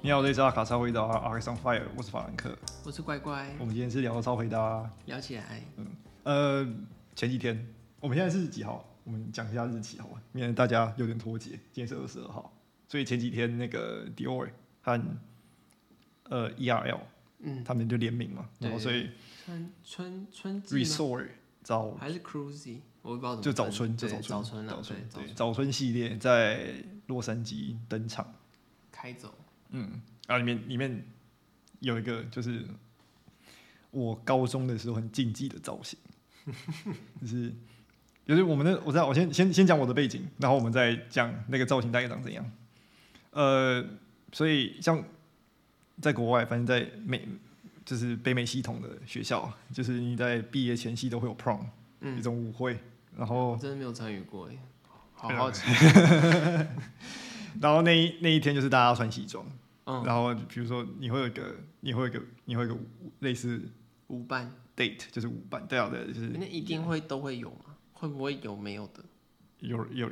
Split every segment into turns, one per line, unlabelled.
你好，我是阿卡超回答 a r on Fire，我是法兰克。
我是乖乖，
我们今天是聊超回答。
聊起来
呃，前几天，我们现在是几号？我们讲一下日期好吧，免得大家有点脱节。今天是二十二号，所以前几天那个 Dior 和呃 ERL，
嗯，
他们就联名嘛，
对
然后所以
春春春季吗
Resort 找
还是 Cruzy，我也不知道怎么分
就早春，就早
对早
春，
春啊，
早春
对，早
对
春
早春系列在洛杉矶登场。
开走，
嗯，啊，里面里面有一个就是我高中的时候很禁忌的造 型，就是就是我们的，我知道，我先先先讲我的背景，然后我们再讲那个造型大概长怎样。呃，所以像在国外，反正在美就是北美系统的学校，就是你在毕业前夕都会有 prom 一
嗯，
种舞会，然
我
后
真的没有参与过耶，好
对啊
好奇，
然后那一那一天就是大家穿西装，
嗯，
然后比如说你会有一个你会有一个你会有一个类似
舞伴，
date 就是舞伴，对啊，对，就是
那一定会都会有吗？会不会有没有的？
有有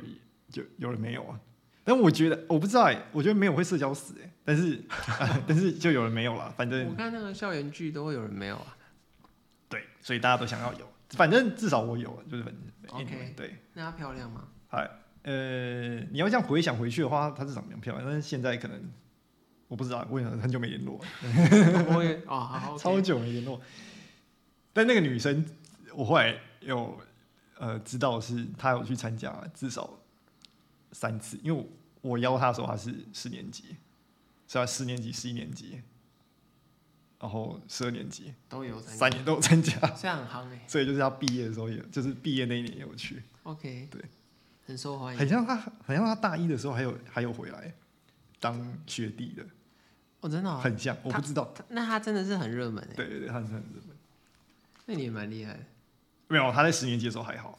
有有人没有啊？但我觉得我不知道哎、我觉得没有会社交死哎、但是、 啊但是就有人没有了，反正
我看那个校园剧都会有人没有啊。
对，所以大家都想要有，反正至少我有，啊就是反正
OK
anyway，对，
那她漂 亮吗？
呃，你要这样回想回去的话，她是长得蛮漂亮，但是现在可能我不知道，我也很久没联络了，
我也哦，好好，
超久没联络。但那个女生，我后来有呃知道是她有去参加至少三次，因为我我邀她的时候她是四年级，所以她四年级、十一年级，然后十二年级，
都有参
三年都有参加，
加，这样很夯哎
所以就是她毕业的时候也，就是毕业那一年也有去，
，OK，
对，
很受欢迎。
很像她，很像她大一的时候还有还有回来当学弟的，
哦，真的哦，
很像，我不知道，
她那她真的是很热门哎，
对对对，她很很
那你也蛮厉害的。
没有，她在十年级的时候还好。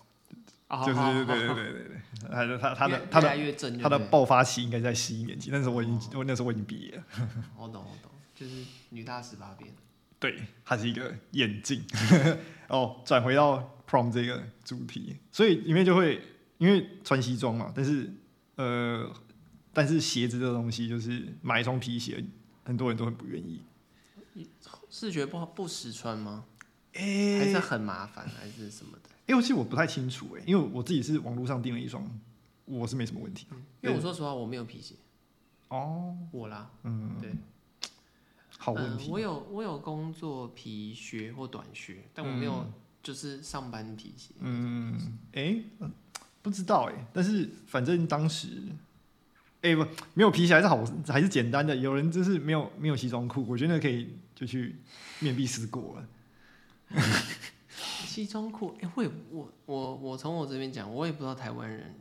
哦
就是
好好
对对对
好
对对对，他的他他
越
的他
越来
的
越正就
他的
对了
爆发期应该在十一年级，但是我已经
哦
我那时候我已经毕业了。
我懂，我懂，就是女大十八变。
对，他是一个眼镜。 哦，转回到 prom 这个主题，所以里面就会因为穿西装嘛，但是呃，但是鞋子这个东西就是买一双皮鞋，很多人都很不愿意。
视觉不好不实穿吗？
诶
还是很麻烦，还是什么的？
诶，我其实我不太清楚诶，因为我自己是网络上订了一双，我是没什么问题。
因为我说实话，我没有皮鞋，
哦，
我啦，
嗯，
对，
好问
嗯
题。哦
我有我有工作皮靴或短靴，但我没有就是上班皮鞋。
嗯，哎、嗯不知道哎、但是反正当时，哎、不，没有皮鞋还是好，还是简单的。有人就是没有没有西装裤，我觉得那可以就去面壁思过了。
西装裤，哎、我也我我我从我这边讲，我也不知道台湾人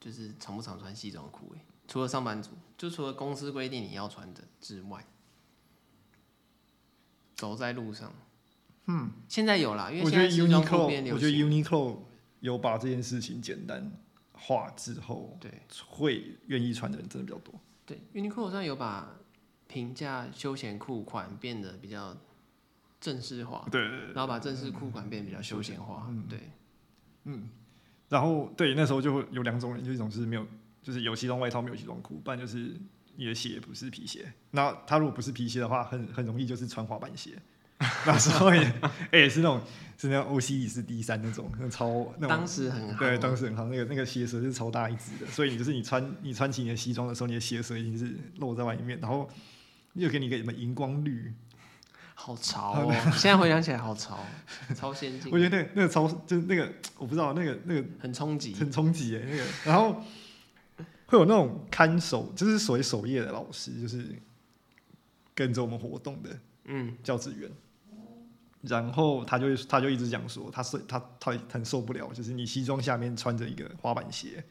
就是常不常穿西装裤，哎，除了上班族，就除了公司规定你要穿的之外，走在路上，嗯，现在有啦，因为
我
现
觉得
在西装裤
Uniqlo，
变流
我觉得
行，
Uniqlo 有把这件事情简单化之后，
对
会愿意穿的人真的比较多。
对，Uniqlo 好像有把平价休闲裤款变得比较正式化，
对对对
然后把正式裤款变得比较休闲化，
嗯
对，
然后对，那时候就会有两种人，就一种是没有，就是有西装外套没有西装裤，不然就是你的鞋不是皮鞋。那他如果不是皮鞋的话，很很容易就是穿滑板鞋。 那时候也哎也是那种是那种 O C 里是 D 三那种，那种超那种
当时很好，
对，当时很好，那个那个鞋舌是超大一只的，所以你就是你穿你穿起你的西装的时候，你的鞋舌已经是露在外面，然后又给你一个什么荧光绿，
好潮哦！现在回想起来好潮，超先 进
我，觉得那个那个超就是那个我不知道那个那个
很冲击。
很冲击耶那个。然后会有那种看守，就是所谓守夜的老师，就是跟着我们活动的
嗯，
教职员。然后他就会他就一直讲说，他是他他很受不了，就是你西装下面穿着一个滑板鞋，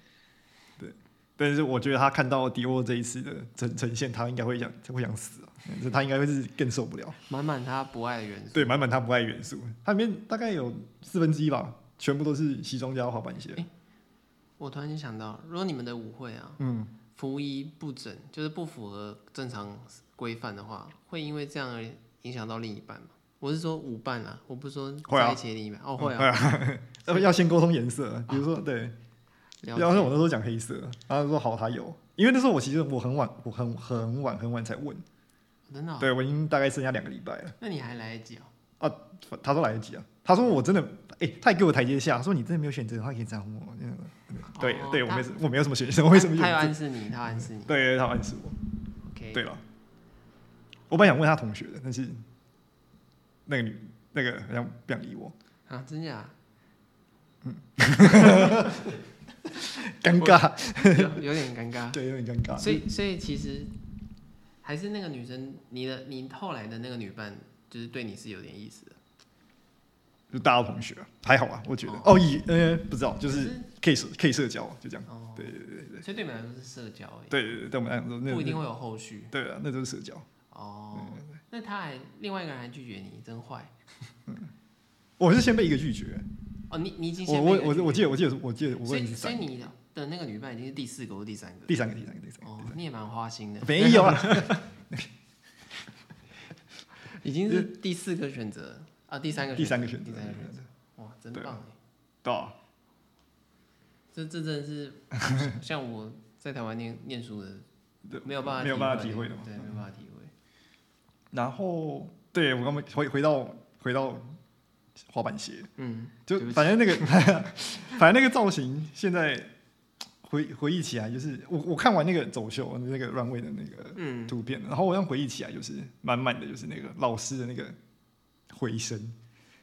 对。但是我觉得他看到迪奥这一次的呈呈现，他应该会想会想死啊，就他应该会是更受不了。
满满他不爱的元素。
对，满满他不爱元素，它里面大概有四分之一吧，全部都是西装加滑板鞋。
我突然间想到，如果你们的舞会啊，
嗯，
服仪不整，就是不符合正常规范的话，会因为这样而影响到另一半吗？我是说舞伴啊，我不是说
会啊
在一起的另一半。哦，会啊。
要要先沟通颜色，比如说对，要
了
是我那
解
时候讲黑色，然后他说好，他有，因为那时候我其实我很晚，我很很晚很晚才问，
真的哦、
对我已经大概剩下两个礼拜了。
那你还来得及哦、
他说来得及啊，他说我真的，哎、他也给我台阶下，他说你真的没有选择的话可以这样问我。这样对、
哦
对，我
他
没什我没有什么选择，我为什么
他有
选择？
暗示你，他有暗示你。
对，他暗示我。
OK，
对了，我本来想问他同学的，但是那个女那个好像不想理我，
啊，真假？
尴尬，
有有点尴尬。
对，啊有点尴尬。
所以，所以其实还是那个女生，你的你后来的那个女伴，就是对你是有点意思的，
就大家同学还好啊，我觉得。
哦
哦，以呃不知道，就是可以社可以社交，就这样。
哦，
对对对
所以对你们来说是社交而已，
对对对，对我们来说那
不一定会有后续
对啊，那就是社交。
哦。那他还另外一个人还拒绝你，真坏
我是先被一个拒绝，
哦！你你已经
我
先
我
被
我
拒
我记得我记得我记得我
所
问
以
是
所
三
以你的那个女伴已经是第四个或第三个
第三个第三个第三个
哦，你也蛮花心的，
没有啊，
已经是第四个选择啊，第三个
第三个选
第
择，
三个选择，哇，真
对啊
棒耶！
对啊，
这这真的是 像我在台湾念念书的，
对
没有办法
没有办法体会的嘛
对，没有办法体会。
然后对我刚刚回回到回到滑板鞋，
嗯，
就
对不起
反正那个反正那个造型，现在回回忆起来，就是我我看完那个走秀那个 runway 的那个
嗯，
图片，然后我让回忆起来，就是满满的就是那个老师的那个回声，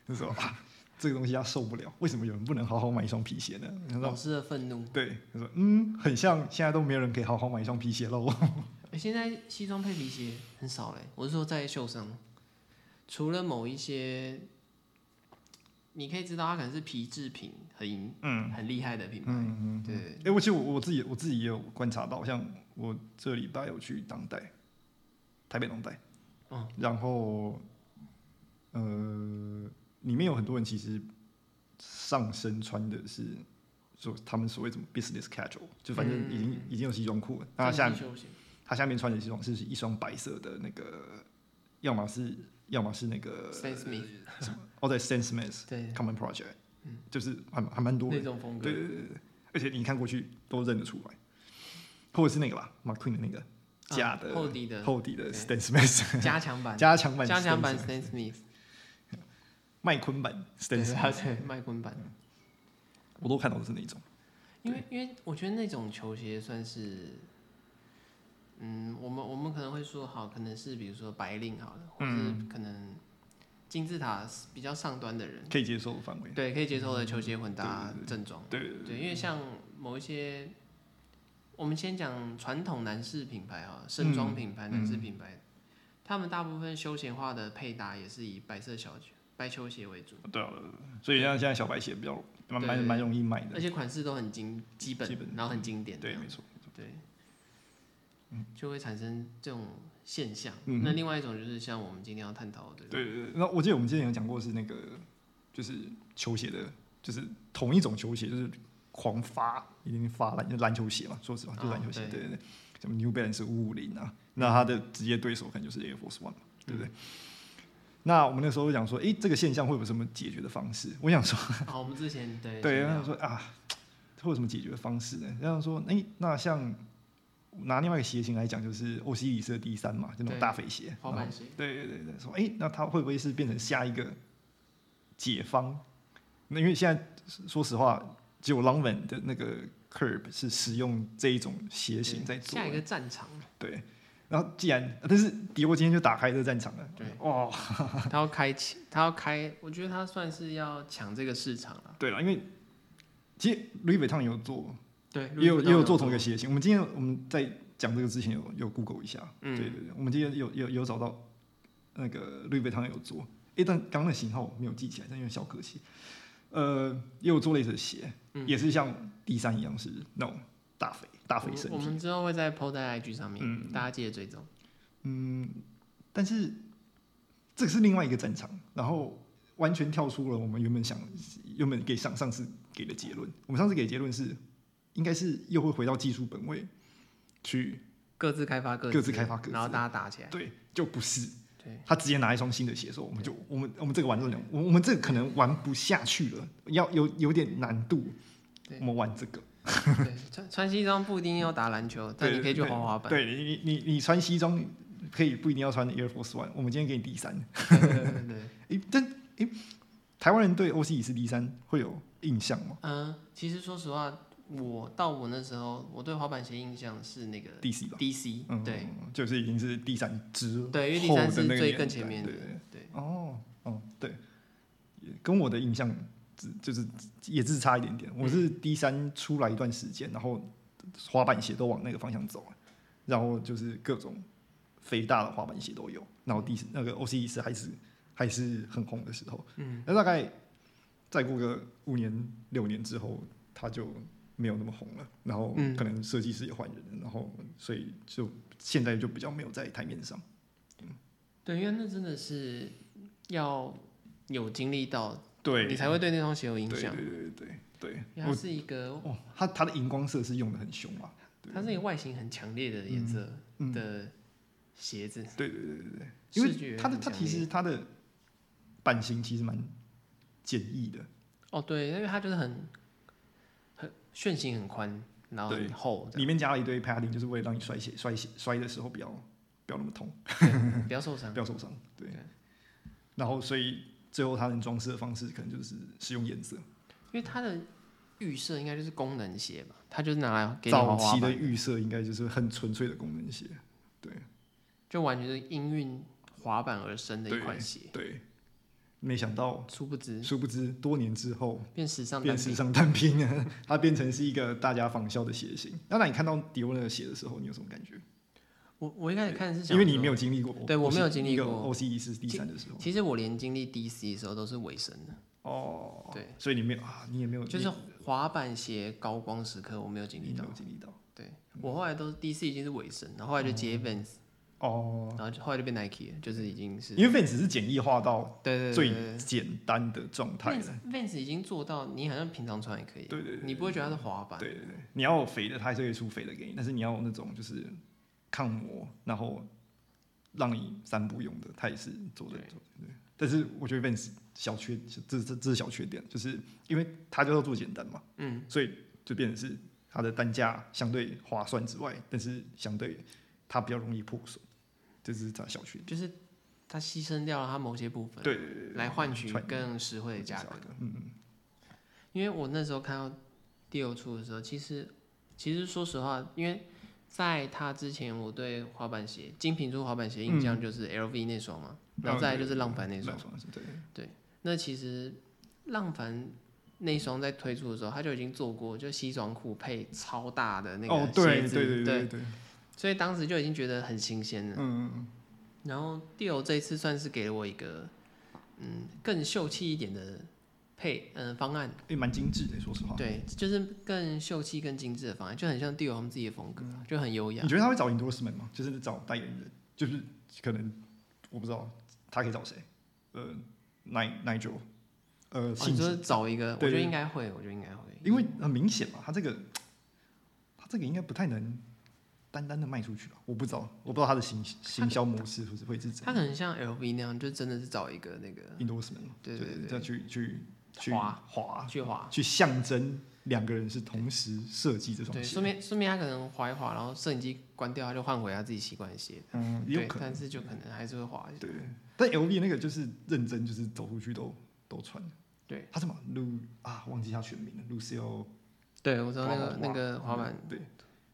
那时候啊，这个东西他受不了，为什么有人不能好好买一双皮鞋呢？他
老
说
师的愤怒。
对，他说嗯，很像现在都没有人可以好好买一双皮鞋喽。
诶现在西装配皮鞋很少嘞，我是说在秀上，除了某一些，你可以知道它可能是皮制品很
嗯
很厉害的品牌，
嗯嗯，
对，
哎、我其实我我自己我自己也有观察到，像我这礼拜有去当代，台北当代，
嗯，
然后呃，里面有很多人其实上身穿的是说他们所谓什么 business casual，就反正已经、
嗯
已经有西装裤了，那
战
他下
地休闲
他下面穿的西装是一双白色的那个，要么是要么是那个
Stan Smith
哦对 Stan Smith
对
Common Project，嗯，就是还蛮还蛮多的
那。种风格
对，对对对，而且你看过去都认得出来，或者是那个吧，Mark Queen 的那个假的、
啊厚底的
厚底的
对
Stan Smith
加 强版，
加强版
加强
Stan
版
Smith
Stan Smith，
麦昆版 Stan
对
Smith，
对，麦昆版。
我都看到的是那一种，
因为因为我觉得那种球鞋算是，嗯，我们我们可能会说好，可能是比如说白领好了，或者是
嗯
可能金字塔比较上端的人，
可以接受的范围。
对，可以接受的球鞋混搭正装，
嗯对对
对，因为像某一些，我们先讲传统男士品牌哈，盛装品牌、
嗯
男士品牌，他们大部分休闲化的配搭也是以白色小球白球鞋为主，
对对啊，对啊所以像现在小白鞋比较蛮蛮
对
蛮容易卖的
而，且款式都很经基本，
基本嗯
然后很经典，
对，没错。
对，就会产生这种现象。
嗯嗯哼
那另外一种就是像我们今天要探讨的，
对对对，那我记得我们之前有讲过是那个，就是球鞋的，就是同一种球鞋，就是狂发，已经发篮就篮球鞋嘛，说实话就
哦
篮球鞋，
对
对对对，什么 New Balance 五五零啊，那它的直接对手可能就是 Air Force One 嘛，对
嗯
不对？那我们那时候讲说，诶，这个现象会有什么解决的方式？我想说，
好，我们之前对
对，
先
然
聊
后说啊，会有什么解决的方式呢？然后说，诶，那像拿另外一个鞋型来讲，就是 O C 里斯的 D 三嘛，就那种
对
大肥鞋，
滑板鞋，
对对对对，说哎、诶那它会不会是变成下一个解方？那因为现在说实话，只有 Longman 的那个 Curb 是使用这一种鞋型在
对
做
下一
的。
个战场，
对，然后既然呃但是迪欧今天就打开这战场了，
对，
哇，
他要开启，他要开，我觉得他算是要抢这个市场了。
对了，因为其实 Louis Vuitton 有做，
对，
也有也有做同一个
个，
鞋型。我们今天我们在讲这个之前有有 Google 一下，
嗯
对对对，我们今天有有有找到那个 Louis Vuitton 有做，诶，但刚刚的型号没有记起来，但有点小可惜。呃，也有做类似的鞋，
嗯
也是像 D 三一样是那种大肥大肥身
我们我
体，
们之后会在 PO 在 IG 上面，
嗯
大家记得追踪。
嗯，但是这个是另外一个战场，然后完全跳出了我们原本想原本给上上次给的结论。我们上次给的结论是，应该是又会回到技术本位去
各自开发各
各自开发各自
然后大家打起来。
对，就不是。
对，
他直接拿一双新的鞋的时候，我们就我们我们这个玩这种，我我们这个可能玩不下去了，要有有点难度
对，
我们玩这个，
对，穿穿西装不一定要打篮球，但你可以去滑滑板。
对你你你你穿西装可以不一定要穿 Air Force One，我们今天给你 D 三。
对对对对对，
诶，但诶，台湾人对欧西里斯 D 三会有印象吗？
嗯、其实说实话，我到我那时候，我对滑板鞋印象是那个
DC 吧
DC，、
嗯，
对，
就是已经是 D 三之后
对，因为第三
的
是
那个
最
年代
更前面的
对对，
对，
哦哦，对，也跟我的印象只就是也只是差一点点。我是 D 三出来一段时间，然后滑板鞋都往那个方向走了，然后就是各种肥大的滑板鞋都有，然后 D 那个 OC 一四还是还是很红的时候，嗯，那大概再过个五年六年之后，它就。没有那么红了，然后
嗯
可能设计师也换人了，然后所以就现在就比较没有在台面上。
对，因为那真的是要有经历到，
对，
你才会对那双鞋有影
对
响，
对对对对对，
因为它是一个，
哦，它它的荧光色是用的很凶啊。对
它是一个外形很强烈的颜色
嗯
的鞋子，
对对对对对，因
视觉
为
也
它的
很
它
强
其
烈
实它的版型其实蛮简易的，
哦对，因为它就是很很楦型很宽，然后很
对
厚，这
里面加了一堆 padding，就是为了让你摔鞋摔鞋摔的时候不要不要那么痛，
样对不要受伤
不。要受伤。对
对，
然后所以最后它能装饰的方式可能就是使用颜色，
因为它的预设应该就是功能鞋吧，它就是拿来给你滑
早
滑
期的
板，
预设应该就是很纯粹的功能鞋。对
就完全是音韵滑板而生的一
对
款鞋。
对，没想到
殊不知
殊不知多年之后。
变时尚单
变时
品，
尚单品 呢，它变成是一个大家仿效的鞋型。那当你看到迪欧那个鞋的时候，你有什么感觉？
我我一开始看是想
因为你
说
没有经历过，
对我没有经历过
O C E 一四 D 三的时候，
其实我连经历 DC 的时候都是尾声的，
哦，
对，
所以你没有啊，你也嗯没有，
就是滑板鞋高光时刻我没有
你
经
你
历
没
到
有。经历到，
对我后来都是 DC 已经是尾声，然后后来就
嗯
接 Vans，、
哦，
然后就后来就变 Nike 了，就是已经是
因为 Vans 是简易化到
对对
最
对
简单的状态了。
Vans Vans 已经做到你好像平常穿也可以，
对对对
你不会觉得它是滑板，
对对对，你要有肥的，它还是会出肥的给你，但是你要有那种就是抗磨，然后让你散步用的，它也是做的
对
做的。对但是我觉得 Vans 小缺，这这这是小缺点，就是因为它就要做简单嘛，
嗯，
所以就变成是它的单价相对划算之外，但是相对它比较容易破损，这是它小缺点。
就是它牺牲掉了它某些部分，
对对对对，
来换取
穿
更实惠的价格。
格，嗯嗯，
因为我那时候看到第六处的时候，其实其实说实话，因为在它之前，我对滑板鞋精品出滑板鞋印
嗯
象就是 LV 那双嘛，然后再来就是浪凡那双
浪。凡是对，
那其实浪凡那双在推出的时候，它就已经做过，就西装裤配超大的那
哦
个
对
鞋
对对
子，
对对，
所以当时就已经觉得很新鲜了。
嗯嗯
然后 d i o 这一次算是给了我一个嗯更秀气一点的配嗯、方案，
嗯，也蛮精致的，说实话。
对，就是更秀气、更精致的方案，就很像 d i o 他们自己的风格，
嗯
就很优雅
你。觉得他会找 endorsement 吗？就是找代言人，就是可能我不知道他可以找谁，呃，Ni-，Nigel，呃，
哦、
信
你
息、
说找一个，我
对
觉得
对
应该会，我觉得应该会，
因为很明显嘛，他这个他这个应该不太能单单的卖出去吧？我不知道，我不知道他的行行销模式会是会是怎
它
样
可能像 LV 那样，就真的是找一个那个
endorsement，嘛
呃对对
就是
对
要去去去
划
划
去滑，
去象征两个人是同时设计这双
对，
鞋
顺，便顺便他可能滑一滑，然后摄影机关掉，他就换回他自己习惯的鞋，
嗯，也有
对，
可能
但，是就可能还是会滑。
对。但 LV 那个就是认真，就是走出去都都穿。
对，
他什么路啊？忘记他全名了，Lucio，
对，我知道那个
滑板
那个滑板
对，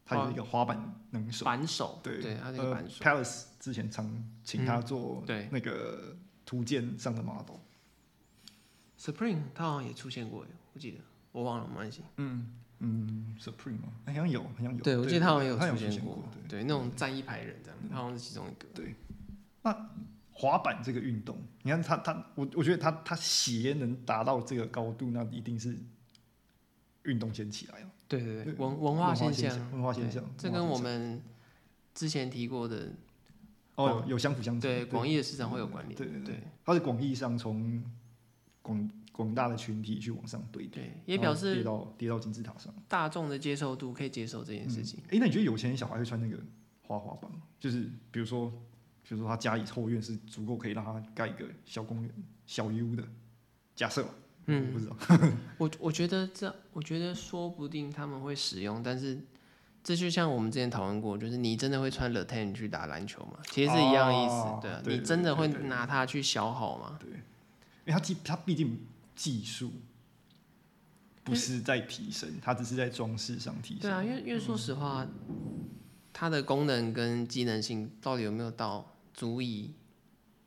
他就是一个滑板能手，
板手，
对，呃
对，他那个板手，
Palace 之前常请他做
嗯对
那个图鉴上的 model，
Supreme 它好像也出现过耶，我记得我忘了，没关系。
嗯嗯，Supreme 吗？好像有，好像有，
对，我记得他好像也
有他
出
现
过
对，
对，那种站一排人这样，他好像是其中一个。
滑板这个运动，你看他他我我觉得他他鞋能达到这个高度，那一定是运动先起来了，
对对
对
对，文文化现
象，文化现
对
象，
这
文
跟
化
我
现象
们之前提过的
哦有有相辅相成，
对广义的市场会有关联。
对对
对
它是广义上从广广大的群体去往上堆叠，
对，也
然后
表
跌
示
到跌到金字塔上。
大众的接受度可以接受这件事情。
哎、那你觉得有钱人小孩会穿那个滑滑板吗？就是比如说，比如说他家里后院是足够可以让他盖一个小公园、小 U 的，假设吧哦
嗯
我不知道，
我我觉得这，我觉得说不定他们会使用，但是这就像我们之前讨论过，就是你真的会穿 Latin 去打篮球吗？其实是一样的意思，
哦
对啊，
对
你真的会
对对对
拿它去消耗吗？
对，因为它技它毕竟技术不是在提升，它只是在装饰上提
嗯
升。
对啊，因为因为说实话，它的功能跟机能性到底有没有到足以？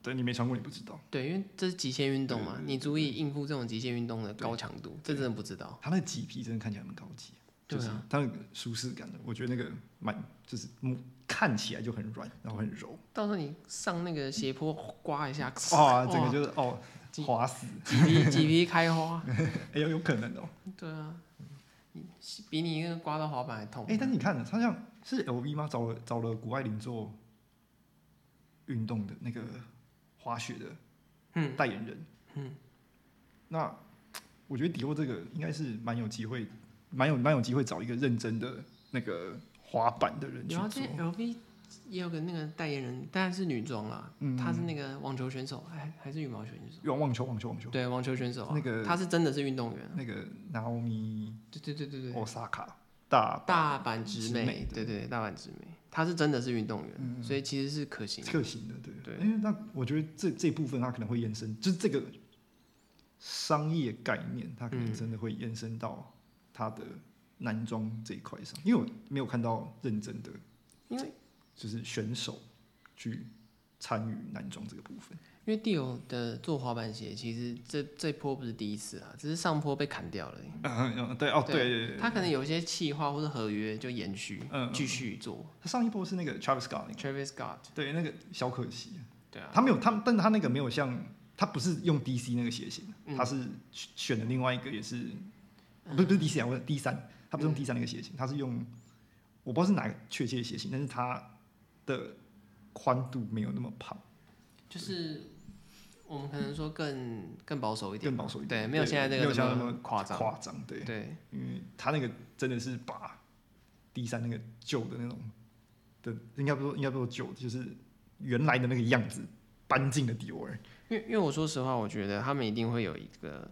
对，你没穿过你不知道，
对，因为这是极限运动嘛，你足以应付这种极限运动的高强度，这真的不知道。
它那个麂皮真的看起来很高级，就
对
是
啊，
它那个舒适感的，我觉得那个蛮就是摸看起来就很软，然后很 柔，
到时候你上那个斜坡刮 一下，
哇，整个就是哦
鸡
滑死，
几皮几皮开花。
哎呦有可能哦，
对啊，你比你那个刮到滑板还痛。
哎，但是你看，它像是 LV 吗？找了找了谷爱凌做运动的那个滑雪的
嗯，
代言人。嗯，那我觉得迪欧这个应该是蛮有机会，蛮有蛮有机会找一个认真的那个滑板的人去
然后
做
啊这。LV 也有个那个代言人，当然是女装啦，
嗯
她是那个网球选手，还还是羽毛球选手？
啊网网球，网球，网球，
对，网球选手啊，
那个
她是真的是运动员啊。
那个 Naomi
对对对对对，
Osaka 大
大阪直
直美
美，
的嗯
对对对大阪直美，她是真的是运动员，所以其实是可行的。
特型的，对，
对
因为那我觉得这这部分它可能会延伸，就是这个商业概念，它可能
嗯
真的会延伸到它的男装这一块上，因为我没有看到认真的，
因为
就是选手去参与男装这个部分。
因为 Dior 的做滑板鞋，其实这这波不是第一次啊，只是上坡被砍掉了而已。
嗯，嗯对哦，对
对
对对，
他可能有一些企划或者合约就延续
嗯，
继续做。
他上一波是那个 Travis Scott，那个
Travis Scott，
对，那个小可惜，
对啊，
他没有他，但他那个没有像他不是用 DC 那个鞋型，
嗯
他是选选的另外一个也是，不是不是 DC 啊，我 D 三，他不
嗯
是用 D 三那个鞋型，他是用我不知道是哪个确切的鞋型，但是他的宽度没有那么胖，
就是我们可能说更更保守一点，
更保守一点，
对，没有现在这
没有
个
像
那
那么
夸张，
夸张，对，
对，
因为他那个真的是把 D 三那个旧的那种的，应该不说应该不说旧，就是原来的那个样子搬进了迪奥尔。
因为因为我说实话，我觉得他们一定会有一个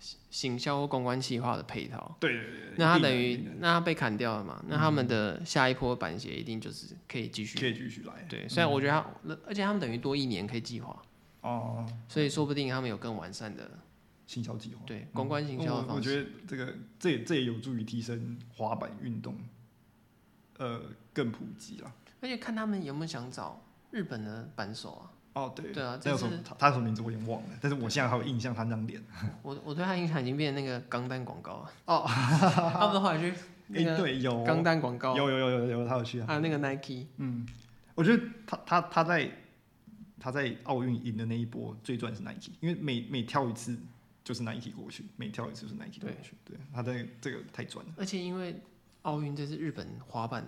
行行销或公关企划的配套。
对对对
那他等于那他被砍掉了嘛？那他
嗯
们的下一波板鞋一定就是可以继续
可以继续来
对，虽然我觉得
嗯
他，而且他们等于多一年可以计划，
哦，
所以说不定他们有更完善的
行销计划。
对公关行销
嗯
的
我我
方式。
觉得这个这也这也有助于提升滑板运动，呃，更普及啦。
而且看他们有没有想找日本的扳手啊？
哦，对
对啊
他有什
这
么
是
他他有什么名字我有点忘了，但是我现在还有印象他那张脸。
我我对他印象已经变成那个钢弹广告了。哦， 他不是后 来去那
哎，
个
对，有
钢弹广告，
有有有有有他有去啊。
还有那个 Nike，
嗯，我觉得他他他在他在奥运赢的那一波最赚是 Nike，因为每每跳一次就是 Nike 过去，每跳一次就是 Nike 过
对
去。对，他在这个太赚了，
而且因为奥运这是日本滑板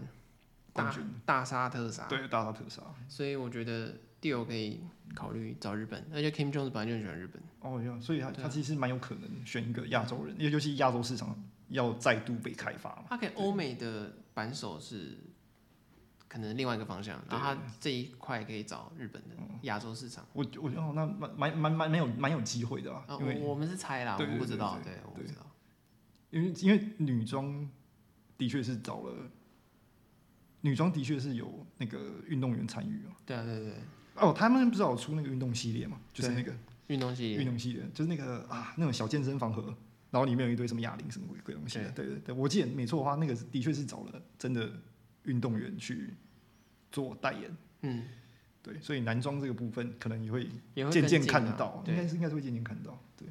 冠
大
军
大杀特杀，
对大杀特杀。
所以我觉得 Dio 可以考虑找日本，而且 Kim Jones 本来就很喜欢日本，
哦哟，所以他
对啊
他其实蛮有可能选一个亚洲人，因为尤其亚洲市场要再度被开发嘛。
他给欧美的扳手是可能另外一个方向，然后他这一块可以找日本的亚洲市场。
我我哦，那蛮蛮蛮蛮有蛮有机会的啊，
啊，
因为
我我们是猜啦，
对
我不
对
知
对
道，
对
对，我不
对
知道。
因为因为女装的确是找了，女装的确是有那个运动员参与哦。
对啊，对对对，
哦，他们不是有出那个运动系列嘛，就是那个
运动系
运
列，
动系列，就是那个啊那种小健身房盒，然后里面有一堆什么哑铃什么鬼鬼东西的。对对对，我记得没错的话，那个是的确是找了真的运动员去做代言。
嗯，
对，所以男装这个部分可能也会
也会
渐
跟
渐
进
看
啊
到，应
对
该是应该是会渐渐看到，对，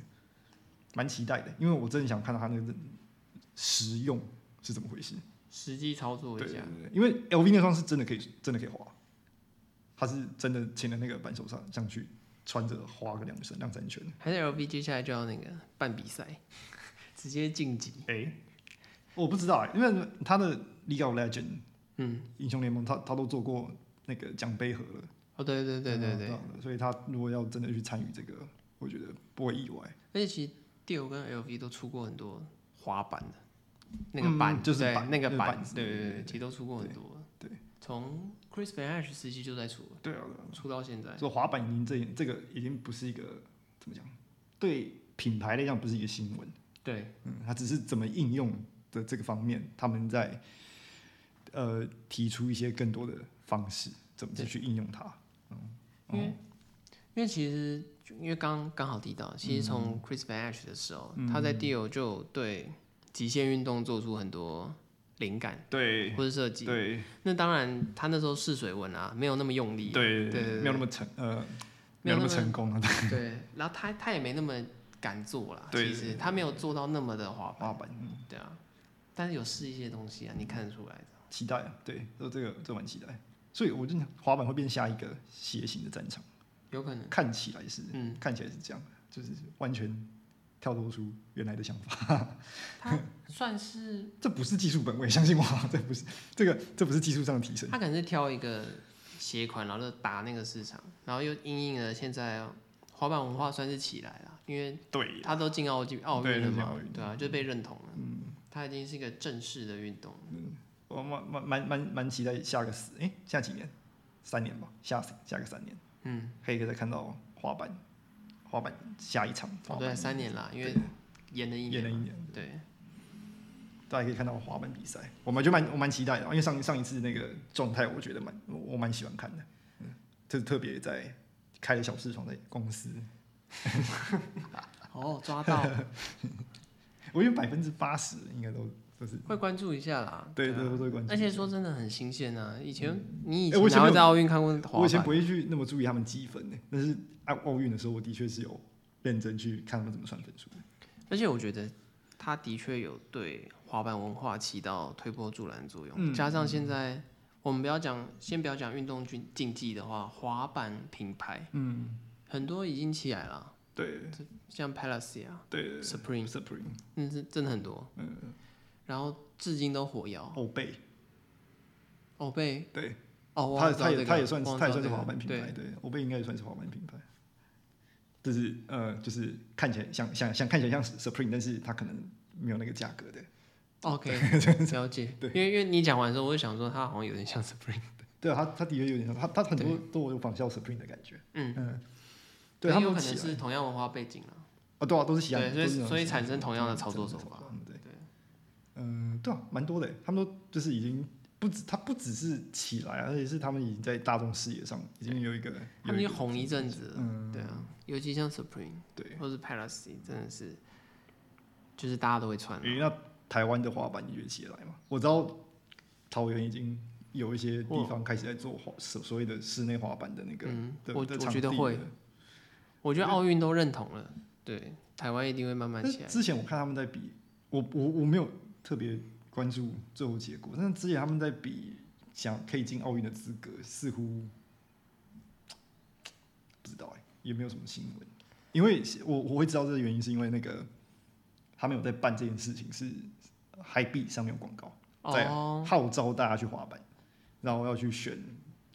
蛮期待的，因为我真的想看到它那个实用是怎么回事。
实际操作
对
一
对对，
下。
对因为 LV 那双是真的可以，真的可以滑，它是真的请了那个扳手上上去穿着滑个两三两三圈。
还是 LV 接下来就要那个办比赛， 直接晋级。
哎、我不知道、欸，因为他的 League of Legend
嗯，
英雄联盟，他他都做过那个奖杯盒了。
哦，对对对对对，
嗯，所以他如果要真的去参与这个，我觉得不会意外。
而且其实 Dior 跟 LV 都出过很多滑板的，那个板、
嗯就是
对
板
那个
那个
板
板，子
对
对
对
对对
对，其实都出过很多。
对，
从 Chris Van Ash 时期就在出了，
对啊，对啊
出到现在。
所以滑板已经这这个已经不是一个怎么讲，对品牌来讲不是一个新闻，
对，
嗯，它只是怎么应用的这个方面，他们在呃提出一些更多的方式，怎么
对
去应用它。
因为因为其实就因为刚刚好提到，其
嗯
实从 Chris Van Ash 的时候，他在 Deal 就有对极限运动做出很多灵感
对
或者设计。
对
那当然，他那时候试水温啊，没有那么用力。
对
对对
没有那么成呃，没
没
有那
有那么
么成功啊，
对，然后他他也没那么敢做啦，
对
其实他没有做到那么的滑
滑
板，
板
对啊，但是有试一些东西啊，你看得出来的。
期待啊，对，这这个这蛮期待。所以我就想，滑板会变下一个斜形的战场，
有可能，
看起来是，
嗯，
看起来是这样，就是完全跳脱出原来的想法。
他算是
这不是技术本位，相信我，啊这不是这个，这不是技术上的提升。
他可能是挑一个鞋款，然后就打那个市场，然后又因应了现在滑板文化算是起来了，因为
对，
他都进奥运奥运了
对都进
嘛
奥运，
对啊，就被认同了，嗯，他已经是一个正式的运动了，
我蛮蛮蛮蛮蛮期待下个四，哎，下几年，三年吧，下下个三年，
嗯，
可以再看到滑板，滑板下一场，
哦
滑
对啊，
板
三年啦，因为延了一
演
年
了一
嘛，
年，
对，
大家可以看到滑板比赛，我们就蛮我蛮期待的，因为上上一次那个状态，我觉得蛮我我蛮喜欢看的，嗯，特特别在开了小视窗的公司，
哦，抓到，
我觉得百分之八十应该都都是
会关注一下啦，
对
啊
对都会关注
而。且说真的很新鲜啊！以前你以
哎我以前
哪
没
会
有
在奥运看过
我
滑
以前
板
不？会去那么注意他们积分的，但是奥奥运的时候，我的确是有认真去看他们怎么算分数的。
而且我觉得他的确有对滑板文化起到推波助澜作用。
嗯
加上现在我们不要讲，先不要讲运动竞竞技的话，滑板品牌
嗯，
很多已经起来了，
对
像 Palace 啊、
对
Supreme，
Supreme
嗯，是真的很多。嗯，然后至今都火药。
欧贝，
哦被
对，
哦，我
他
知道
他
这
也
个
他也算
我
是
知道
他也算是
这个
滑板品牌，
对
对，欧贝应该也算是滑板品牌，就是呃，就是看起来像像像看起来像 Supreme，但是它可能没有那个价格的，
OK，了解。
对
因为因为你讲完之后，我就想说他好像有点像 Supreme。
对啊，它它的确有点像，它它很多都有仿效 Supreme 的感觉，
嗯
嗯，对，
可
他
是有
们
可
都起
能
来
是同样文化背景了。
啊，对啊，都是西安
对，
人，
所
都是那
以
种
所以
西
产
洋
生
人
同样的操作手
对
法。
嗯，对。
对，
嗯，对啊，蛮多的耶，他们都就是已经不止，他不只是起来，啊而且是他们已经在大众视野上已经有一个，
他
有
们
一
就
个
红一阵子了。
嗯，
对啊，尤其像 Supreme
对，
或是 Palace，真的是，就是大家都会穿啊。
因为那台湾的滑板也起来嘛，我知道桃园已经有一些地方开始在做滑所所谓的室内滑板的那个
嗯
的，
我
的
我
场
觉得
地
会
了
我觉得奥运都认同了，对，台湾一定会慢慢
但
起来。
之前我看他们在比，我我我没有特别关注最后结果，但是之前他们在比想可以进奥运的资格，似乎不知道哎、也没有什么新闻。因为我我会知道这个原因，是因为那个他们有在办这件事情，是 High B 上面有广告，在啊
哦，
号召大家去滑板，然后要去选，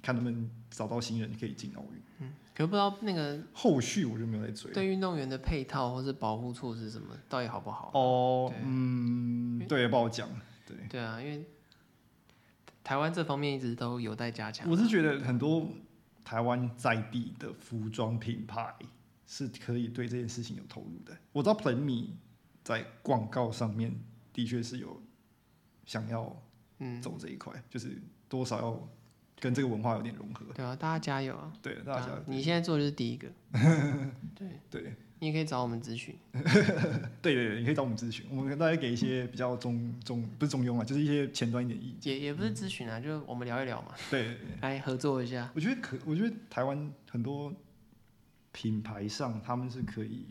看能不能找到新人可以进奥运。
可是不知道那个
后续我就没有在追。
对运动员的配套或是保护措施什么，到底好不好？
哦
对，
嗯，对，不好讲，对。
对啊，因为台湾这方面一直都有待加强。
我是觉得很多台湾在地的服装品牌是可以对这件事情有投入的。我知道 Plan Me 在广告上面的确是有想要
嗯，
走这一块，就是多少要跟这个文化有点融合。
对啊，大家加油啊！
对，大
对
家
啊你现在做的就是第一个，对，
对
你也可以找我们咨询。
对对对，你可以找我们咨询，我们大概给一些比较中中不是中庸啊，就是一些前端一点意见。
也也不是咨询啊，就我们聊一聊嘛，
对对对
来合作一下。
我觉得可，我觉得台湾很多品牌上他们是可以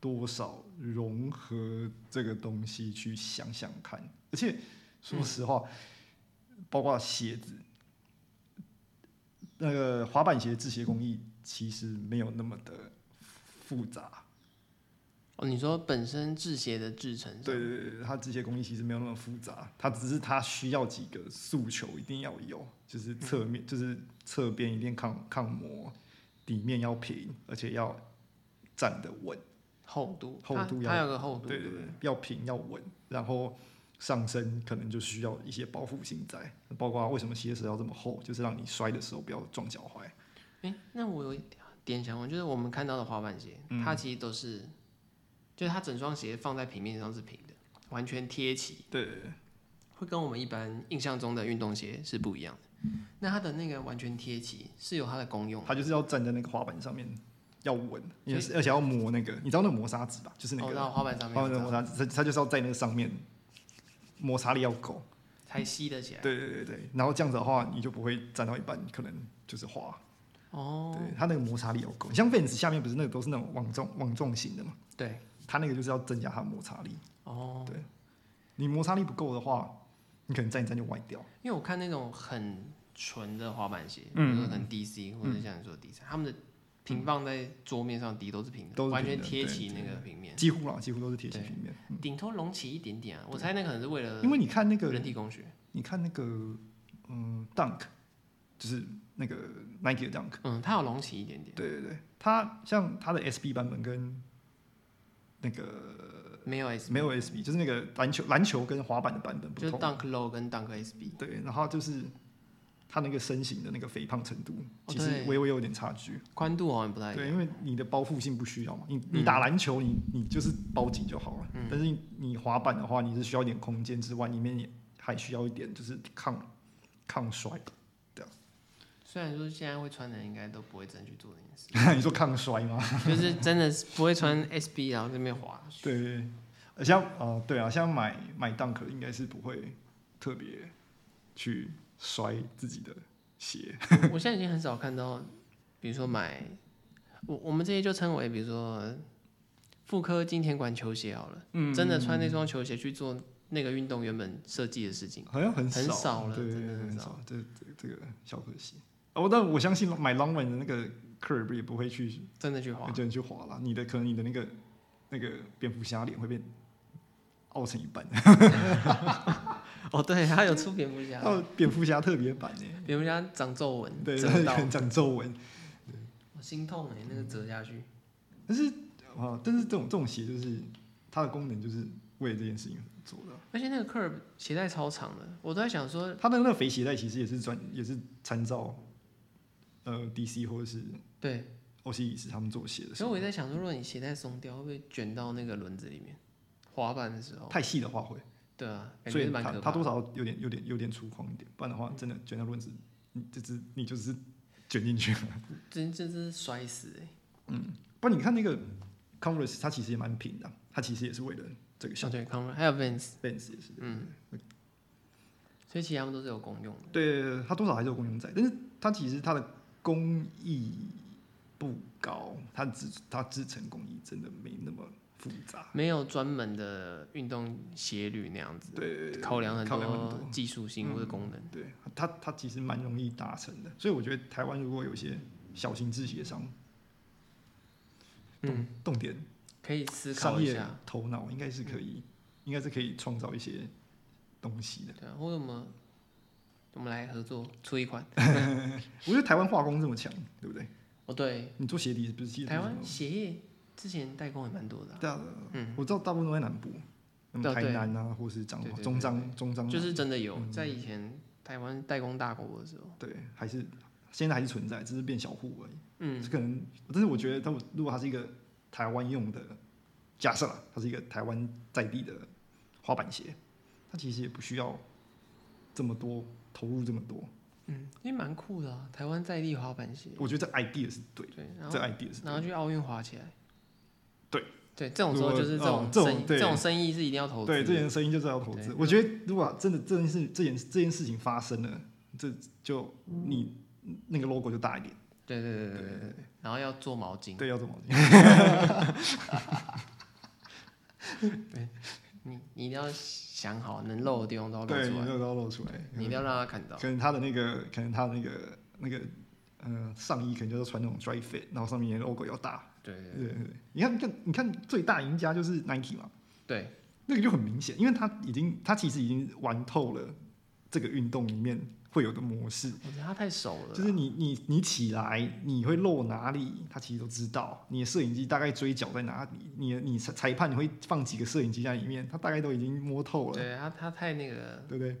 多少融合这个东西去想想看，而且说实话，包括鞋子，那个滑板鞋制鞋工艺其实没有那么的复杂，
哦，你说本身制鞋的制成，
对，对对对，它这些工艺其实没有那么复杂，它只是它需要几个诉求一定要有，就是侧面，就是侧边一定抗抗磨，底面要平，而且要站得稳，
厚度，
厚
它
度要
它有个厚度，
哦对对
不
对，要平要稳，然后上身可能就需要一些包覆性在，包括为什么鞋舌要这么厚，就是让你摔的时候不要撞脚踝。嗯
哎，那我有一点想问，就是我们看到的滑板鞋，它其实都是就是它整双鞋放在平面上是平的，完全贴齐，
对对对，
会跟我们一般印象中的运动鞋是不一样的。那它的那个完全贴齐是有它的功用的，
它就是要站在那个滑板上面要稳，也是而且要磨那个，你知道那个磨砂纸吧？就是那
哦，
个
到滑板上面
滑
有
板的
这
磨
样
砂纸，它它就是要在那个上面摩擦力要够。
才吸得起来。
对对对对，然后这样子的话，你就不会站到一半可能就是滑。
哦，
对，它那个摩擦力要够。像 Vans 下面不是那个都是那种网状网状型的嘛，
对，
它那个就是要增加它的摩擦力。
哦，
你摩擦力不够的话，你可能站一站就歪掉。
因为我看那种很纯的滑板鞋，比
嗯
如说可能 DC 或者像你说的 DC，他们的平放在桌面上底都是平的，
都是平的
完全贴
对
齐
对
那个平面，
几乎啦，几乎都是铁皮
对
平面。
顶多隆起一点点啊。我猜那可能是为了
嗯因为你看那个
人体工学。
你看那个，嗯，Dunk，就是那个 Nike 的 Dunk，
嗯，它有隆起一点点，
对对对，它像它的 SB 版本跟那个
没有 S，
没有 SB，就是那个篮球篮球跟滑板的版本不
就是
同。
Dunk Low 跟 Dunk SB。
对，然后就是它那个身形的那个肥胖程度，
哦
其实
对
微微有点差距。
宽度好像不太一样。
嗯对，因为你的包覆性不需要嘛，你你
嗯
打篮球你你就是包紧就好了，但是你你滑板的话，你是需要一点空间之外，里面也还需要一点就是抗抗摔。
虽然说现在会穿的人应该都不会真的去做这
你说抗摔吗？
件事， 就是真的是不会穿 SB 然后在那边滑。
对，呃像呃对啊，像买买 Dunk 应该是不会特别去摔自己的鞋。
我现在已经很少看到，比如说买，我我们这些就称为，比如说妇科金钱管球鞋好了，
嗯
真的穿那双球鞋去做那个运动原本设计的事情，
好像很
很少了
对对
真
对，
的很
很
少
少，这这这个小可惜。哦，但我相信买 Longman 的那个 Curb 也不会去
真的去滑
有。些人去滑了，你的可能你的那个那个蝙蝠侠脸会被凹成一半，
哦，对，它有出蝙 蝠侠，
到哦蝙蝠侠特别版呢，
蝙蝠侠长皱纹，
对，它
折到
可能长皱纹。
我心痛哎，那个折下去。
但是啊，但是这种这种鞋就是它的功能就是为了这件事情做的啊。
而且那个 curb 鞋带超长的，我都在想说，
它的那个肥鞋带其实也是专也是参照呃 DC 或者是
对，
欧西里斯他们做鞋的时
所以
候
我，也在想说，如果你鞋带松掉，会不会卷到那个轮子里面？滑板的时候，
太细的话会，
对啊，感
所
觉是
以
蛮
它
可怕
它多。
的
少有点有点有点粗犷一点，不然的话真的卷到轮子，你就是你就是卷进去了。
真真真是摔死哎、
不，你看那个 Converse，它其实也蛮平的啊，它其实也是为了这个
小
小
腿康还有 Vans，
Vans 也是，
嗯，所以其实他们都是有功用的。
对对对，它多少还是有功用在，但是它其实它的工艺不高，它制它制成工艺真的没那么复杂，
没有专门的运动鞋履那样子，
对对对，
考量很
考量很
多
多嗯
技术性或者功能。
对它它其实蛮容易达成的，所以我觉得台湾如果有一些小型制鞋商，
嗯，
动点
可以思考
商
一
业
下，
头脑，应该是可以，应该是可以创造一些东西的。
对啊，或者我们我们来合作出一款。
我觉得台湾化工这么强，对不对？
哦，对，
你做鞋底不是其实
台湾鞋业之前代工也蛮多的啊、
对啊，我知道大部分都在南部，那么
对啊
台
对
南啊，或是彰
对对对
中
对
彰中彰啊，
就是真的有在以前台湾代工大国的时候，
对，还是现在还是存在，只是变小户而已。
嗯，
是可能，但是我觉得它如果它是一个台湾用的，假设啦，它是一个台湾在地的滑板鞋，它其实也不需要这么多投入这么多。
嗯，其实蛮酷的、啊，台湾在地滑板鞋，
我觉得这 idea 是对，
对，然后
这 idea 是对
然后去奥运滑起来。
对
对，这种时候就是这
如果哦
种
这种对
生意，这种生意是一定要投资
对，
的。
这件生意就是要投资
对。
我觉得如果真的这件事、这件这件事情发生了，这就你那个 logo 就大一点。
对对对对对对。然后要做毛巾，
对，要这么
你你一定要想好能露的地方都要露
对，
出
你
来，
都要露出来。
你一定要让他看到。
可能他的那个，可能他的那个那个呃上衣，可能就是穿那种 dry fit，然后上面也 logo 要大。
对对
对
对
对对，你看，你看，你看，最大赢家就是 Nike 嘛，
对，
那个就很明显，因为他已经他其实已经玩透了这个运动里面会有的模式。
我觉得他太熟了啦，
就是你你你起来，你会漏哪里，他其实都知道。你的摄影机大概追脚在哪里，你的你裁裁判你会放几个摄影机在里面，他大概都已经摸透了，
对他他太那个，
对不对？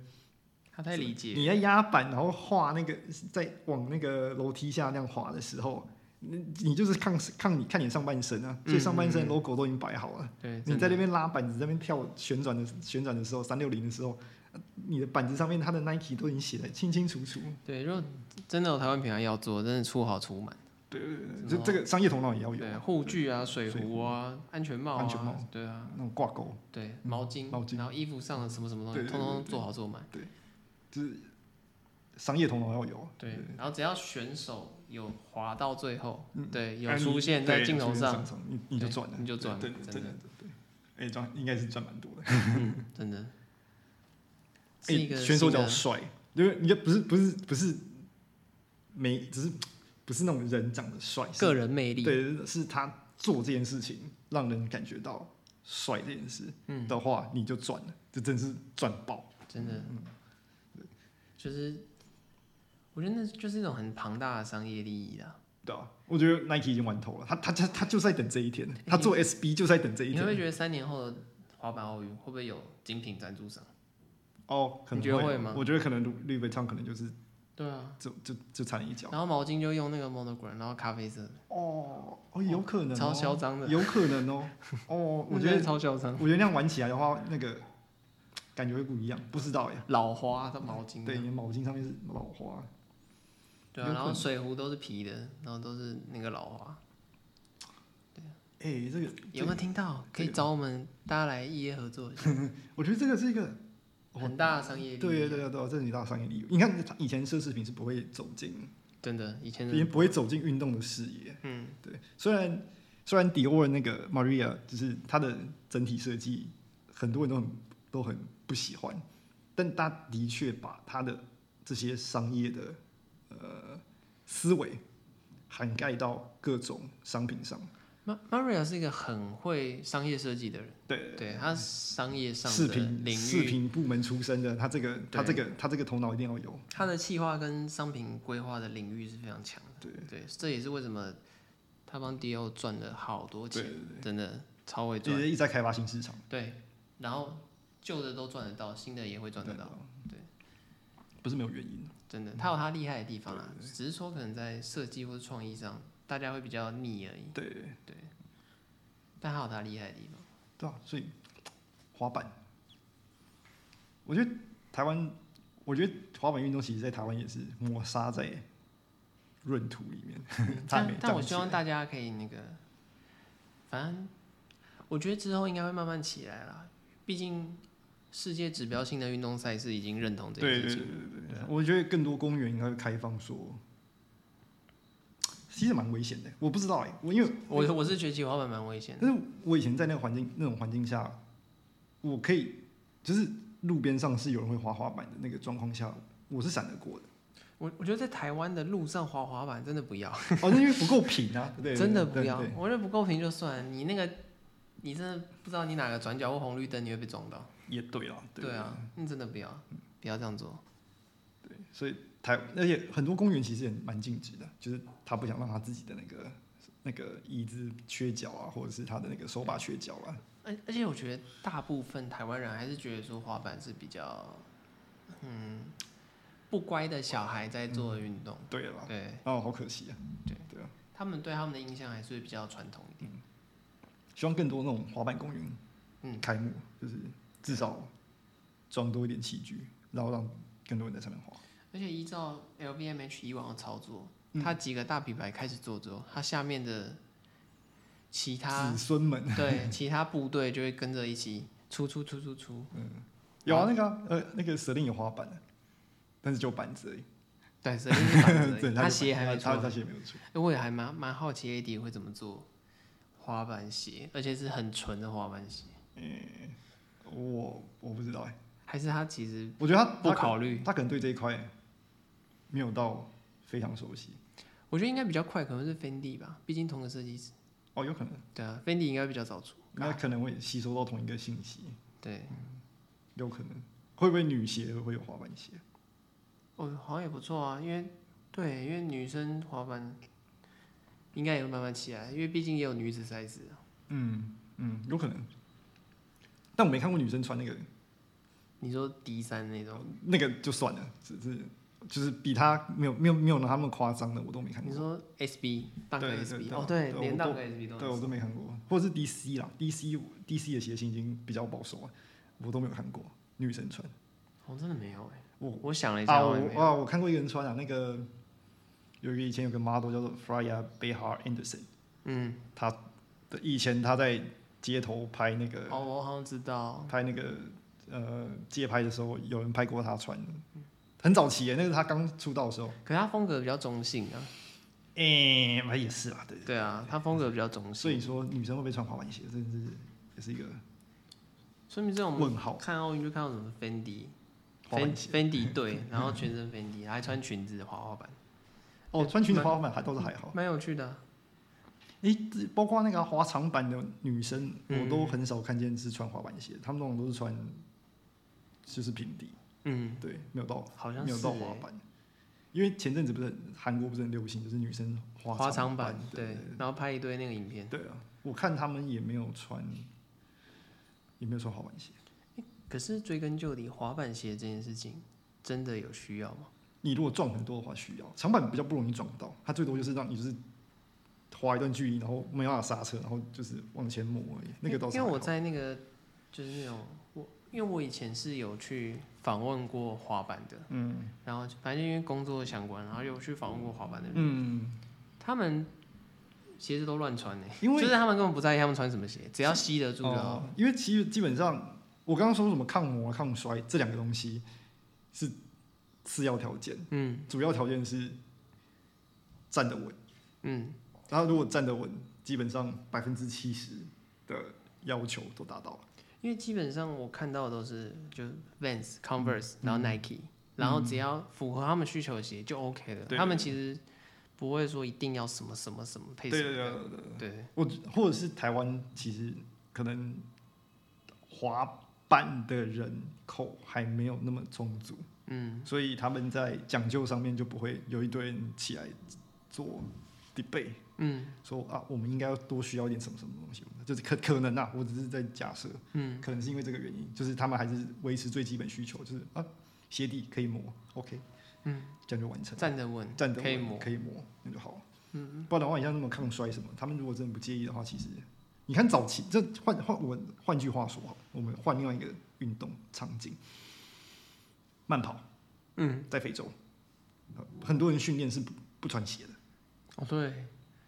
他太理解。
你在压板，然后画那个在往那个楼梯下那样滑的时候，你你就是看看你看你上半身啊，所以上半身的 logo 都已经摆好了。
对，
你
嗯真
在
的
那边拉板子，在那边跳旋转的旋转的时候，三六零的时候，呃你的板子上面它的 Nike 都已经写的清清楚楚。
对，如果真的有台湾品牌要做，真的出好出满，
对对对，
嗯
就这个商业头脑也哦要有
对，护具啊、水
水
壶啊、安全帽啊，
安全帽
对啊，
那种挂钩，
对，毛巾，
毛巾
然后衣服上的什么什么东
对
西，
对
通
对
通
对
做好做满。
商业头脑要有。啊
对，然后只要选手有滑到最后，
嗯
对，有
哎你
出现在
对
镜头
出现
上，
上，你你就
对
赚了，
你就赚了
对对对
真
对
的
对。哎，赚应该是赚蛮多的。
嗯，真的是一
哎，
个
选手
新
叫
的
帅，因为你就不是不是不是没，只是不是那种人长得帅，是
个人魅力，
对，是他做这件事情让人感觉到帅这件事
嗯，
的话，你就赚了，这真是赚爆。
真的，
嗯
就是我觉得那就是一种很庞大的商业利益啦。
对啊，我觉得 Nike 已经玩透了，他他他他就在等这一天，他做 SB 就在等这一
哎你会不会
天。
觉得三年后的滑板奥运会不会有精品赞助商？
哦，可
你觉得
能
会吗
我觉得可能绿绿杯唱可能就是
对啊，
就就就差一脚。
然后毛巾就用那个 monogram，然后咖啡色的，
哦哦，有可能、哦，
超嚣张的。
有可能哦。哦，我
那
觉
真的
得
超嚣张，
我觉得那样玩起来的话，那个感觉会不一样，不知道耶。
老花的毛巾，
对，你的毛巾上面是老花，
对
有可
啊，
能
然后水壶都是皮的，然后都是那个老花。
哎、这个
有没有听到？可以找我们大家来异业合作一下，
我觉得这个是一个我
很大的商业利益。
对对，对对，这是你大商业利益。你看以前奢侈品是不会走进，
真的，以前
也
人
不会走进运动的视野。
嗯，
对，虽然虽然迪奥的那个 Maria 就是它的整体设计，很多人都很都很不喜欢，但他的确把他的这些商业的呃思维涵盖到各种商品上。
Ma- Maria 是一个很会商业设计的人，
对，
对他商业上
嗯视
的
频
领
视
域，
频部门出身的，他这个他这个他这个头脑一定要有。
他的企划跟商品规划的领域是非常强的。
对
对，这也是为什么他帮 DO 赚了好多
对
钱，真的超会
就
赚。
是一直在开发新市场。
对，然后旧的都赚得到，新的也会赚得到，对，
不是没有原因。
真的，他有他厉害的地方啊，只是说可能在设计或者创意上，大家会比较腻而已，
对
但他有他厉害的地方。
对啊，所以滑板，我觉得台湾，我觉得滑板运动其实在台湾也是抹杀在闰土里面， 它还没
嗯但但
长
我
起
希
来
望大家可以那个，反正我觉得之后应该会慢慢起来啦，毕竟世界指标性的运动赛事已经认同这啊
对
件
对
事
对
情
对。对对，我觉得更多公园应该会开放说。其实蛮危险的，我不知道哎、我因为
我我是觉得骑滑板蛮危险的，
但是我以前在那个环境那种环境下，我可以就是路边上是有人会滑滑板的那个状况下，我是闪得 过的。
我我觉得在台湾的路上滑滑板真的不要，
哦，那因为不够平啊，对，对
真的不
对
要
对，
我觉得不够平就算了，你那个你真的不知道你哪个转角或红绿灯你会被撞到，
也对啦，
对啊，那真的不要，不要这样做。
对，所以台而且很多公园其实也蛮禁止的，就是他不想让他自己的那个那个椅子缺角啊，或者是他的那个手把缺角啊，
而而且我觉得大部分台湾人还是觉得说滑板是比较，嗯，不乖的小孩在做的运动，
对了啦，
对
哦，好可惜啊，
对
对啊，
他们对他们的印象还是会比较传统一点。
希望更多那种滑板公园，
嗯，
开幕就是至少装多一点器具，然后让更多人在上面滑，
而且依照 LVMH 以往的操作，
嗯
他几个大品牌开始做之后，他下面的其他啊
子孙 们
对其他部队就会跟着一起出出出出出，
有啊，那个啊呃那个蛇令有滑板的、但是就板子而已，
对，所以就是 板子而
对
已，
就
他
板
鞋还没出
他
来
他鞋没有出，
欸我也还蛮蛮好奇 AD 会怎么做滑板鞋，而且是很纯的滑板鞋，
我我不知道哎、
还是他其实
我觉得他
不
他可
考虑？
他可能对这一块没有到非常熟悉
我觉得应该比较快，可能是 Fendi 吧，毕竟同个设计师。
哦，有可能，
对啊，Fendi 应该比较早出。
那可能会吸收到同一个信息，
对，
有可能会不会女鞋会有滑板鞋？
哦，好像也不错啊，因为对，因为女生滑板应该也会慢慢起来，因为毕竟也有女子赛事啊。
嗯嗯，有可能，但我没看过女生穿那个，
你说 D 三那种，
那个就算了，只是就是比他没有没有没有拿他们夸张的，我都没看
你
过。
说 SB 当个
对对
SB
对
哦，
对
对，
我
连
都
当个 SB
对
都
我都没看过，或者是 DC 啦，DC DC 的鞋型已经比较保守了，我都没有看过女生穿。
我真的没有哎，
我
我想了
啊，
一下，我也没
我
有
啊，我看过一个人穿啊，那个有一个以前有个 model 叫做 Freya Behar Anderson，
嗯，
她的以前她在街头拍那个、
哦，我好像知道，
拍那个呃街拍的时候，有人拍过她穿的，很早期耶，那是她刚出道的时候。
可是他风格比较中性啊，
诶、反正也是啦，对。
对啊，他风格比较中
所以
性，
说女生会不会穿滑板鞋，真的是也是一个
说明这种
问号。
看奥运就看到什么 Fendi、
滑板
Fen-
鞋
Fendi 对，然后全身 Fendi，还穿裙子滑滑板，
哦，穿裙子滑滑板还倒是还好。
蛮有趣的啊。
诶、这包括那个啊滑长板的女生，
嗯
我都很少看见是穿滑板鞋，她们那种都是穿就是平底。
嗯，
对，没有到，
好像
没
是
有到滑
欸
板，因为前阵子不是很韩国不是很流行，就是女生滑
滑
长
长板
对
对，然后拍一堆那个影片。
对啊，我看他们也没有穿，也没有穿滑板鞋。
可是追根究底，滑板鞋这件事情真的有需要吗？
你如果撞很多的话，需要长板比较不容易撞到，它最多就是让你就是滑一段距离，然后没有办法刹车，然后就是往前磨而已。那个倒是
因为
还
我
好
在那个就是那种我，因为我以前是有去访问过滑板的，
嗯
然后反正因为工作相关，然后有去访问过滑板的人，
嗯，
他们鞋子都乱穿呢、
因为
就是他们根本不在意他们穿什么鞋，只要吸得住就好。
哦因为其实基本上我刚刚说什么抗磨、抗摔这两个东西是次要条件。
嗯
主要条件是站得稳。
嗯，
然后如果站得稳，基本上百分之七十的要求都达到了。
因为基本上我看到的都是就 Vans、Converse，然
嗯
后 Nike，、然后只要符合他们需求的鞋就 OK 了。
对
他们其实不会说一定要什么什么什么配
对
什
对
么
对对
的。
对
对
我或者是台湾其实可能滑板的人口还没有那么充足，
嗯，
所以他们在讲究上面就不会有一堆人起来做 debate。
嗯
说啊，我们应该要多需要一点什么什么东西，就是可可能啊，我只是在假设，
嗯，
可能是因为这个原因，就是他们还是维持最基本需求，就是啊，鞋底可以磨，OK，
嗯，
这样就完成，
站得稳，
站得
可以
稳
磨。
可以磨，那就好了，嗯，不然的话，你像那么抗摔什么，他们如果真的不介意的话，其实你看早期这换换我换句话说好了，我们换另外一个运动场景，慢跑
嗯，
在非洲，呃很多人训练是不不穿鞋的，
哦对，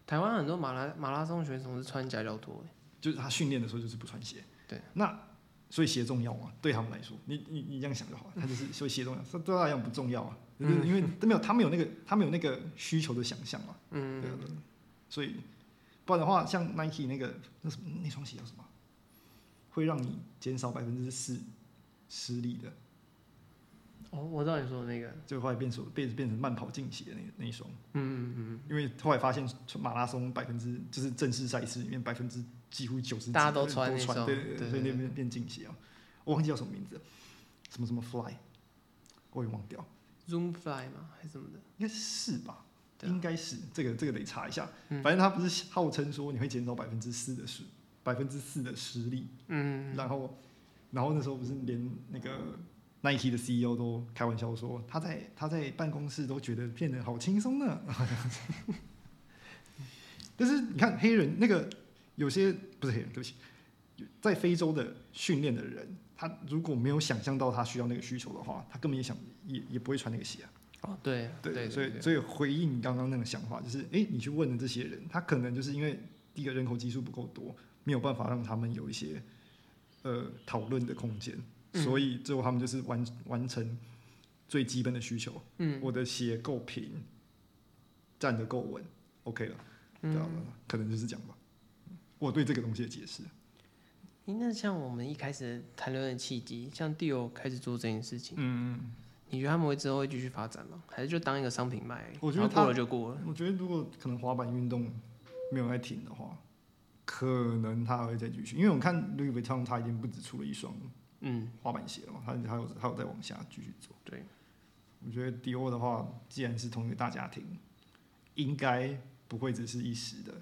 台湾很多马拉马拉松选手是穿夹脚拖欸的，
就是他训练的时候就是不穿鞋。
对，
那所以鞋重要吗？对他们来说，你你你这样想就好了。
嗯
他就是所以鞋重要，他对他来讲不重要啊，就是因为他没有他没有那个他没有那个需求的想象嘛。对啊
嗯，
对啊所以不然的话，像 Nike 那个那什么那双鞋叫什么，会让你减少百分之四失力的，
哦，我知道你说的那个，
就后来变成变变成慢跑进鞋的那那一双，
嗯嗯嗯
因为后来发现马拉松百分之就是正式赛事里面百分之几乎九十
大家都穿
都
那
穿，
双
对对
对
对，所以
对
那边变进鞋啊，我忘记叫什么名字了，什么什么 fly，我也忘掉，
，Zoom Fly 嘛还是什么的，
应该是吧？
对啊
应该是这个这个得查一下，
嗯
反正他不是号称说你会减少百分之四的失百分之四的失力，
嗯，
然后然后那时候不是连那个 Nike 的 CEO 都开玩笑说他在他在办公室都觉得变得好轻松呢。 但是你看黑人那个有些不是黑人，对不起，在非洲的训练的人，他如果没有想象到他需要那个需求的话，他根本也想也也不会穿那个鞋啊。
哦对
对，
对，
所
对
以所以回应你刚刚那个想法，就是哎、诶你去问的这些人，他可能就是因为第一个人口基数不够多，没有办法让他们有一些呃讨论的空间，
嗯
所以最后他们就是完完成最基本的需求。
嗯
我的鞋够平，站得够稳，OK 了，对啊
嗯。，
可能就是这样吧。我对这个东西的解释，
诶那像我们一开始谈论的契机，像 Dior 开始做这件事情，
嗯，
你觉得他们会之后会继续发展吗？还是就当一个商品卖？
我觉得
然后
他
过了就过了。
我觉得如果可能滑板运动没有在停的话，可能他还会再继续，因为我看 Louis Vuitton 他已经不止出了一双
嗯，
滑板鞋了嘛，他还有还有再往下继续做。
对，
我觉得迪欧的话，既然是同一个大家庭，应该不会只是一时的，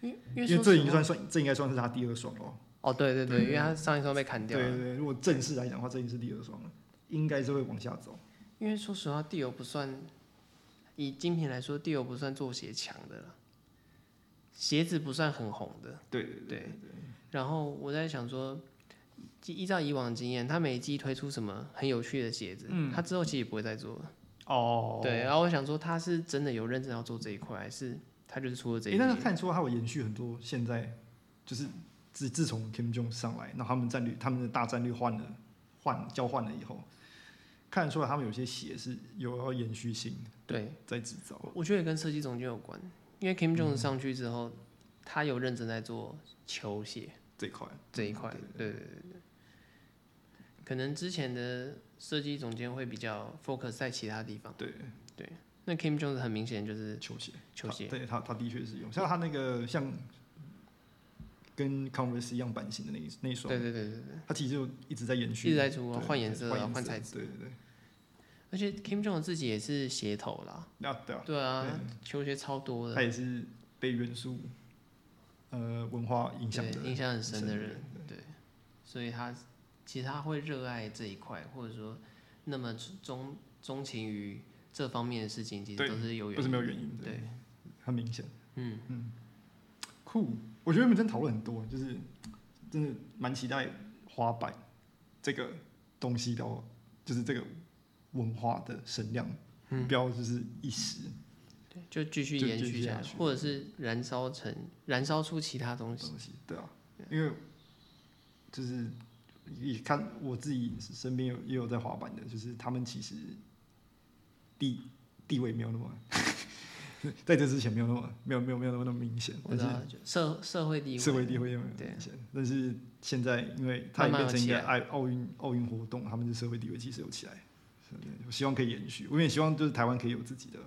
因为因
因
为
为
说
这
实
已经
话
算算这应该算是他第二双了。
哦，对对对，
对
因为他上一双被砍
对
掉了。
对对，如果正式来讲的话，这已经是第二双了，应该是会往下走。
因为说实话，地油不算以精品来说，地油不算做鞋强的了，鞋子不算很红的。
对
对。然后我在想说，依依照以往的经验，他每一季推出什么很有趣的鞋子，他之后其实也不会再做了。
哦，
对，然后我想说，他是真的有认真要做这一块，还是他就是出了这一
诶，
季？
但是看出它有延续很多，现在就是自自从 Kim Jong 上来，那他们战略他们的大战略换了换交换了以后，看得出来他们有些鞋是有要延续性的
对，
在制造。
我嗯觉得也跟设计总监有关，因为 Kim Jong 上去之后，他有认真在做球鞋
这一块，
这一块，嗯对对对对。可能之前的设计总监会比较 focus 在其他地方，
对
那 Kim Jones 很明显啊就是
球鞋，
球鞋，
对他他的确是用，像他那个像跟 Converse 一样版型的那一那一双，
对对对对对，
他其实就一直在延续，
一直在出
对
换颜色啊，
换
换
颜
材质，
色，对对对，
而且 Kim Jones 自己也是鞋头啦，
那对啊，
对啊，球鞋超多的，
他也是被元素呃文化影响
对
的，
印象很深的
很深的
人，对，所以他其实他会热爱这一块，或者说那么钟钟情于这方面的事情，其实
对
都是有原
不是没有
因
原因的，
对，
很明显。
嗯
嗯，酷。我觉得我们真的讨论很多，就是真的蛮期待滑板这个东西到，就是这个文化的声量，
嗯
不要就是一时。
对，就继续
就
延
继
续
续
下
下
去，
去
或者是燃烧成燃烧出其他东西，
东西，对啊，因为就是也看我自己身边有也有在滑板的，就是他们其实地地位没有那么， 在这之前没有那么没有没有没有那么那么明显，
我
但
知
是
道就社社会地位，
社会地位也没有那么
对
明显，但是现在因为它也
慢慢
变成一
有
个
起
爱奥运奥运活动，他们的社会地位其实有起来，所以我希望可以延续，我也希望就是台湾可以有自己的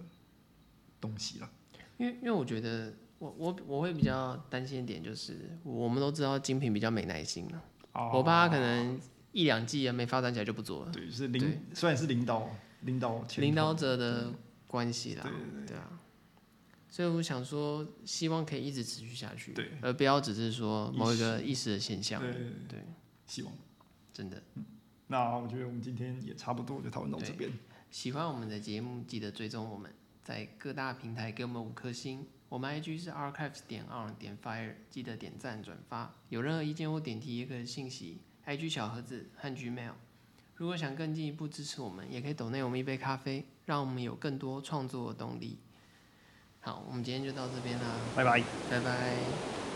东西啦，
因为因为我觉得我我我会比较担心一点，就是我们都知道精品比较没耐心了，
哦
我怕他可能一两季啊没发展起来就不做了，
对，就是领虽然是领导领导前
领
头
导者的关系啦，
对对
对啊，所以我想说，希望可以一直持续下去，
对，
而不要只是说某一个一时的现象，
对
对，
希望。
真的
那我觉得我们今天也差不多就讨论到这边，
喜欢我们的节目，记得追踪我们，在各大平台给我们五颗星。我们 IG 是 archives 点 on 点 fire，记得点赞转发。有任何意见或点题也可以信息 IG 小盒子和 Gmail。如果想更进一步支持我们，也可以抖内我们一杯咖啡，让我们有更多创作的动力。好，我们今天就到这边啦，
拜拜。
拜拜。